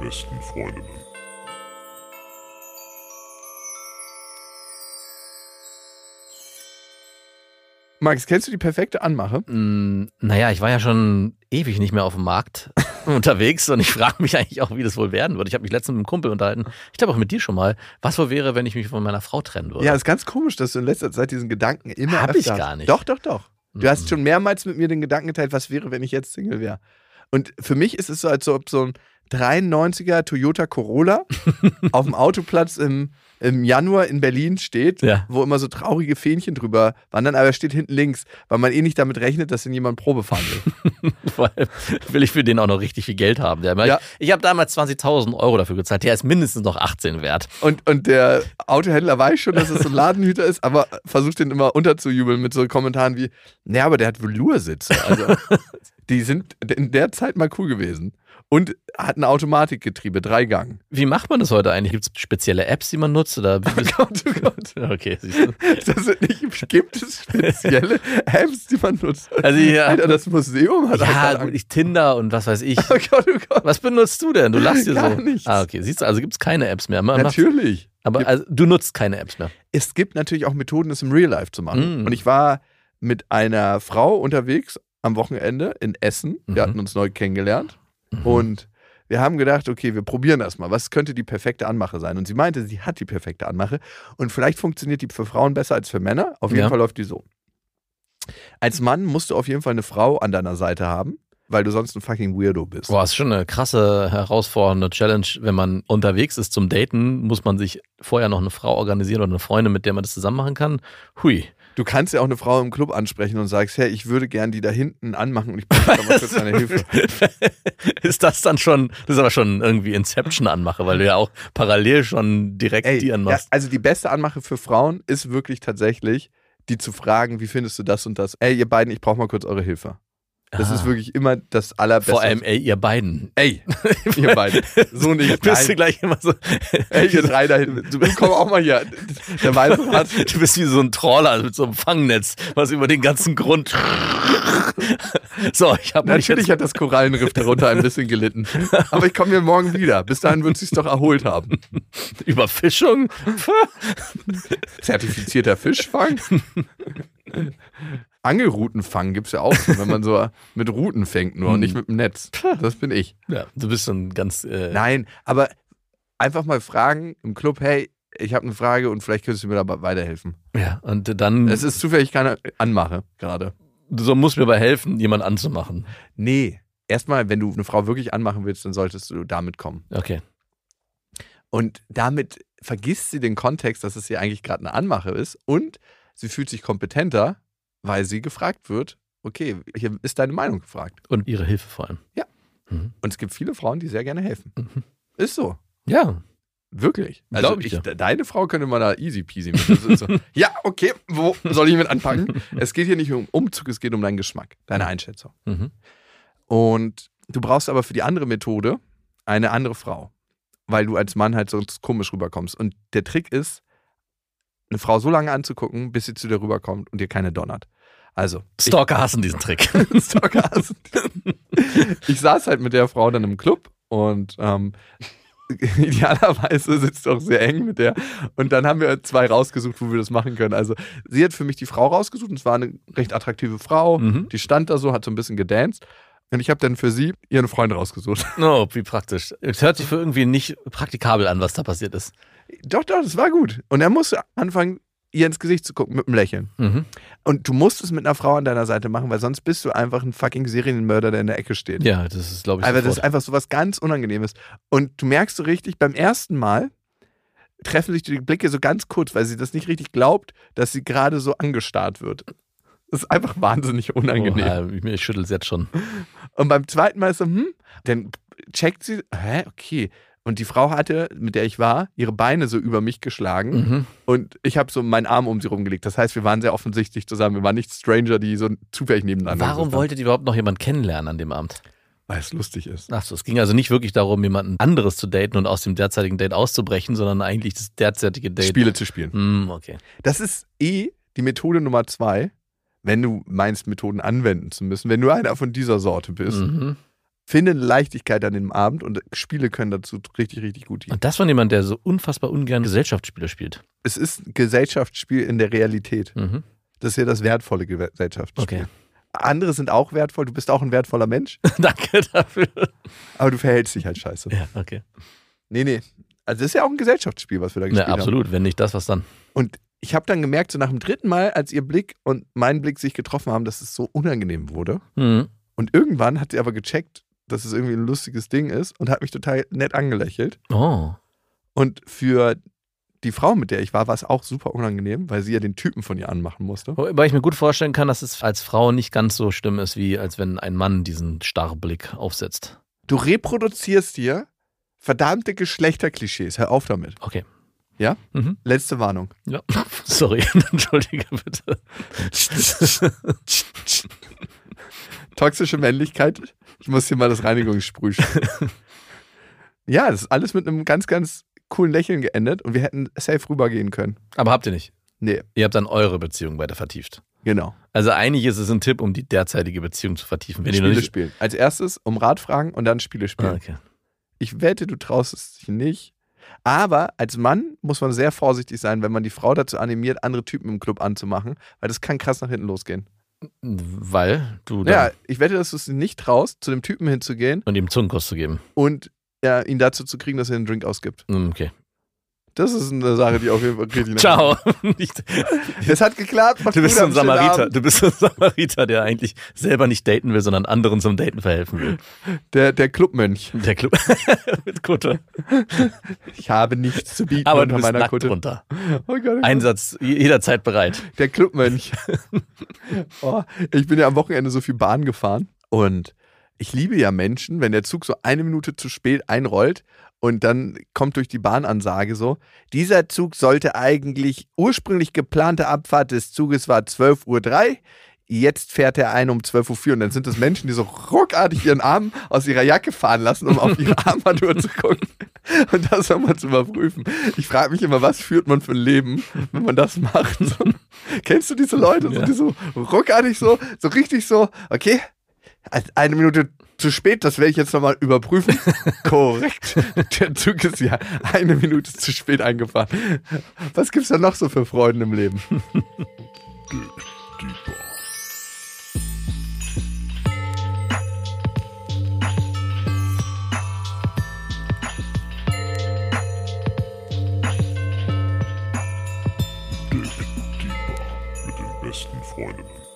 besten Freundinnen. Max, kennst du die perfekte Anmache? Mm, naja, ich war ja schon ewig nicht mehr auf dem Markt unterwegs und ich frage mich eigentlich auch, wie das wohl werden würde. Ich habe mich letztens mit einem Kumpel unterhalten. Ich glaube auch mit dir schon mal. Was wohl wäre, wenn ich mich von meiner Frau trennen würde? Ja, ist ganz komisch, dass du in letzter Zeit diesen Gedanken immer Hab öfter ich hast. gar nicht. Doch, doch, doch. Du Mhm. hast schon mehrmals mit mir den Gedanken geteilt, was wäre, wenn ich jetzt Single wäre. Und für mich ist es so, als ob so ein 93er Toyota Corolla auf dem Autoplatz im, im Januar in Berlin steht, Ja. wo immer so traurige Fähnchen drüber wandern, aber er steht hinten links, weil man eh nicht damit rechnet, dass ihn jemand Probe fahren will. Vor allem will ich für den auch noch richtig viel Geld haben. Der, Ja. Ich, ich habe damals 20.000 Euro dafür gezahlt. Der ist mindestens noch 18 wert. Und, und der Autohändler weiß schon, dass es so ein Ladenhüter ist, aber versucht den immer unterzujubeln mit so Kommentaren wie, naja, aber der hat Velursitze. Also, die sind in der Zeit mal cool gewesen. Und hat ein Automatikgetriebe, Dreigang. Wie macht man das heute eigentlich? Gibt es spezielle Apps, die man nutzt? Oder wie Oh Gott, oh Gott. okay, siehst du. Das sind nicht, gibt es spezielle Apps, die man nutzt? Also ja, Alter, das Museum hat ja einfach gut, ich Tinder und was weiß ich. Oh Gott, oh Gott. Was benutzt du denn? Du lachst hier Gar so. nichts. Ah, okay. Siehst du, also gibt es keine Apps mehr. Man macht- Natürlich. aber also, du nutzt keine Apps mehr. es gibt natürlich auch Methoden, es im Real Life zu machen. Mm. Und ich war mit einer Frau unterwegs am Wochenende in Essen. Wir Mhm. hatten uns neu kennengelernt. Mhm. Und wir haben gedacht, okay, wir probieren das mal. Was könnte die perfekte Anmache sein? Und sie meinte, sie hat die perfekte Anmache. Und vielleicht funktioniert die für Frauen besser als für Männer. Auf jeden Ja. Fall läuft die so. Als Mann musst du auf jeden Fall eine Frau an deiner Seite haben, weil du sonst ein fucking Weirdo bist. Boah, ist schon eine krasse, herausfordernde Challenge. Wenn man unterwegs ist zum Daten, muss man sich vorher noch eine Frau organisieren oder eine Freundin, mit der man das zusammen machen kann. Hui. Du kannst ja auch eine Frau im Club ansprechen und sagst, hey, ich würde gern die da hinten anmachen und ich brauche da mal kurz deine Hilfe. ist das dann schon, das ist aber schon irgendwie Inception anmache, weil du ja auch parallel schon direkt Ey, die ja, anmachst. also die beste Anmache für Frauen ist wirklich tatsächlich, die zu fragen, wie findest du das und das? Ey, ihr beiden, ich brauche mal kurz eure Hilfe. Das Ah. ist wirklich immer das allerbeste. Vor allem, ey, ihr beiden. ey, ihr beiden. So nicht. Bist du Nein. gleich immer so. Ey, ihr Genau. drei da hinten. Du komm auch mal hier. Der Weiße hat. Du bist wie so ein Trawler mit so einem Fangnetz, was über den ganzen Grund. so, ich habe mich Natürlich jetzt, hat das Korallenriff darunter ein bisschen gelitten. Aber ich komme hier morgen wieder. Bis dahin wird sich's doch erholt haben. Überfischung. Zertifizierter Fischfang. Angelroutenfang gibt's ja auch, wenn man so mit Ruten fängt nur und Hm. nicht mit dem Netz. Das bin ich. Ja, du bist so ein ganz. Äh, Nein, aber einfach mal fragen im Club, hey, ich habe eine Frage und vielleicht könntest du mir dabei weiterhelfen. Ja, und dann Es ist zufällig keine Anmache gerade. so muss mir aber helfen, jemand anzumachen. Nee, erstmal, wenn du eine Frau wirklich anmachen willst, dann solltest du damit kommen. Okay. Und damit vergisst sie den Kontext, dass es hier eigentlich gerade eine Anmache ist und sie fühlt sich kompetenter, weil sie gefragt wird, okay, hier ist deine Meinung gefragt. Und ihre Hilfe vor allem. Ja. Mhm. Und es gibt viele Frauen, die sehr gerne helfen. Mhm. Ist so. Ja. Wirklich. Also Glaub ich ich, dir. de- deine Frau könnte mal da easy peasy mit. Das ist so, ja, okay, wo soll ich mit anfangen? Es geht hier nicht um Umzug, es geht um deinen Geschmack, deine Einschätzung. Mhm. Und du brauchst aber für die andere Methode eine andere Frau, weil du als Mann halt sonst komisch rüberkommst. Und der Trick ist, eine Frau so lange anzugucken, bis sie zu dir rüberkommt und dir keine donnert. Also, ich, Stalker hassen diesen Trick. Stalker hassen. ich saß halt mit der Frau dann im Club und ähm, idealerweise sitzt auch sehr eng mit der. Und dann haben wir zwei rausgesucht, wo wir das machen können. Also sie hat für mich die Frau rausgesucht und es war eine recht attraktive Frau. Mhm. Die stand da so, hat so ein bisschen gedanced. Und ich habe dann für sie ihren Freund rausgesucht. Oh, wie praktisch. Es hört sich für irgendwie nicht praktikabel an, was da passiert ist. doch, doch, das war gut. Und er musste anfangen, ihr ins Gesicht zu gucken mit einem Lächeln. Mhm. Und du musst es mit einer Frau an deiner Seite machen, weil sonst bist du einfach ein fucking Serienmörder, der in der Ecke steht. Ja, das ist, glaube ich, Aber Also, das ist sofort. einfach so was ganz Unangenehmes. Und du merkst so richtig, beim ersten Mal treffen sich die Blicke so ganz kurz, weil sie das nicht richtig glaubt, dass sie gerade so angestarrt wird. Das ist einfach Oh, wahnsinnig unangenehm. Oha, ich- ich schüttel es jetzt schon. Mhm. Und beim zweiten Mal ist so, hm, dann checkt sie, hä, okay. Und die Frau hatte, mit der ich war, ihre Beine so über mich geschlagen Mhm. und ich habe so meinen Arm um sie rumgelegt. Das heißt, wir waren sehr offensichtlich zusammen. Wir waren nicht Stranger, die so zufällig nebeneinander Warum saßen. wolltet ihr überhaupt noch jemanden kennenlernen an dem Abend? Weil es lustig ist. Ach so, es ging also nicht wirklich darum, jemanden anderes zu daten und aus dem derzeitigen Date auszubrechen, sondern eigentlich das derzeitige Date. Spiele zu spielen. Hm, okay. Das ist eh die Methode Nummer zwei, wenn du meinst, Methoden anwenden zu müssen, wenn du einer von dieser Sorte bist. Mhm. finde eine Leichtigkeit an dem Abend und Spiele können dazu richtig, richtig gut dienen. Und das von jemand, der so unfassbar ungern Gesellschaftsspiele spielt. Es ist ein Gesellschaftsspiel in der Realität. Mhm. Das ist ja das wertvolle Gesellschaftsspiel. Okay. Andere sind auch wertvoll, du bist auch ein wertvoller Mensch, Danke dafür. aber du verhältst dich halt scheiße. Ja, okay. Nee, nee. Also das ist ja auch ein Gesellschaftsspiel, was wir da Na, gespielt haben. absolut. Wenn nicht das, was dann? Und ich habe dann gemerkt, so nach dem dritten Mal, als ihr Blick und mein Blick sich getroffen haben, dass es so unangenehm wurde. Mhm. Und irgendwann hat sie aber gecheckt, dass es irgendwie ein lustiges Ding ist und hat mich total nett angelächelt. Oh. Und für die Frau, mit der ich war, war es auch super unangenehm, weil sie ja den Typen von ihr anmachen musste. Wobei ich mir gut vorstellen kann, dass es als Frau nicht ganz so schlimm ist, wie als wenn ein Mann diesen Starrblick aufsetzt. Du reproduzierst dir verdammte Geschlechterklischees. Hör auf damit. Okay. Ja? Mhm. Letzte Warnung. Ja. Sorry. Entschuldige bitte. Toxische Männlichkeit. Ich muss hier mal das Reinigungssprüh schütten. Ja, das ist alles mit einem ganz, ganz coolen Lächeln geendet und wir hätten safe rübergehen können. Aber habt ihr nicht. Nee, Ihr habt dann eure Beziehung weiter vertieft. genau. Also eigentlich ist es ein Tipp, um die derzeitige Beziehung zu vertiefen. Wenn ihr noch Spiele nicht. spielen. Als erstes um Rat fragen und dann Spiele Ah, spielen. okay. Ich wette, du traust es dich nicht. Aber als Mann muss man sehr vorsichtig sein, wenn man die Frau dazu animiert, andere Typen im Club anzumachen, weil das kann krass nach hinten losgehen. Weil du dann Ja, ich wette, dass du es nicht traust, zu dem Typen hinzugehen und ihm Zungenkuss zu geben. und ja, ihn dazu zu kriegen, dass er einen Drink ausgibt. Hm, Okay. Das ist eine Sache, die auf jeden Fall richtig Ciao. Nicht, Es hat geklappt. macht's du bist gut, ein habt einen schönen Samariter. Abend. Du bist ein Samariter, der eigentlich selber nicht daten will, sondern anderen zum Daten verhelfen will. Der, der Clubmönch. Der Club mit Kutte. Ich habe nichts zu bieten Aber unter du bist meiner nackt Kutte. runter. Oh Gott, oh Gott. Einsatz je- jederzeit bereit. Der Clubmönch. oh, ich bin ja am Wochenende so viel Bahn gefahren und ich liebe ja Menschen, wenn der Zug so eine Minute zu spät einrollt und dann kommt durch die Bahnansage so, dieser Zug sollte eigentlich, ursprünglich geplante Abfahrt des Zuges war 12.03 Uhr, jetzt fährt er ein um 12.04 Uhr und dann sind das Menschen, die so ruckartig ihren Arm aus ihrer Jacke fahren lassen, um auf ihre Armbanduhr zu gucken und das nochmal zu überprüfen. Ich frage mich immer, was führt man für ein Leben, wenn man das macht? So, kennst du diese Leute, so, Ja. die so ruckartig so, so richtig so, okay, als eine Minute zu spät, das werde ich jetzt nochmal überprüfen. Korrekt. Der Zug ist ja eine Minute zu spät eingefahren. Was gibt's da noch so für Freuden im Leben? mit den besten Freundinnen.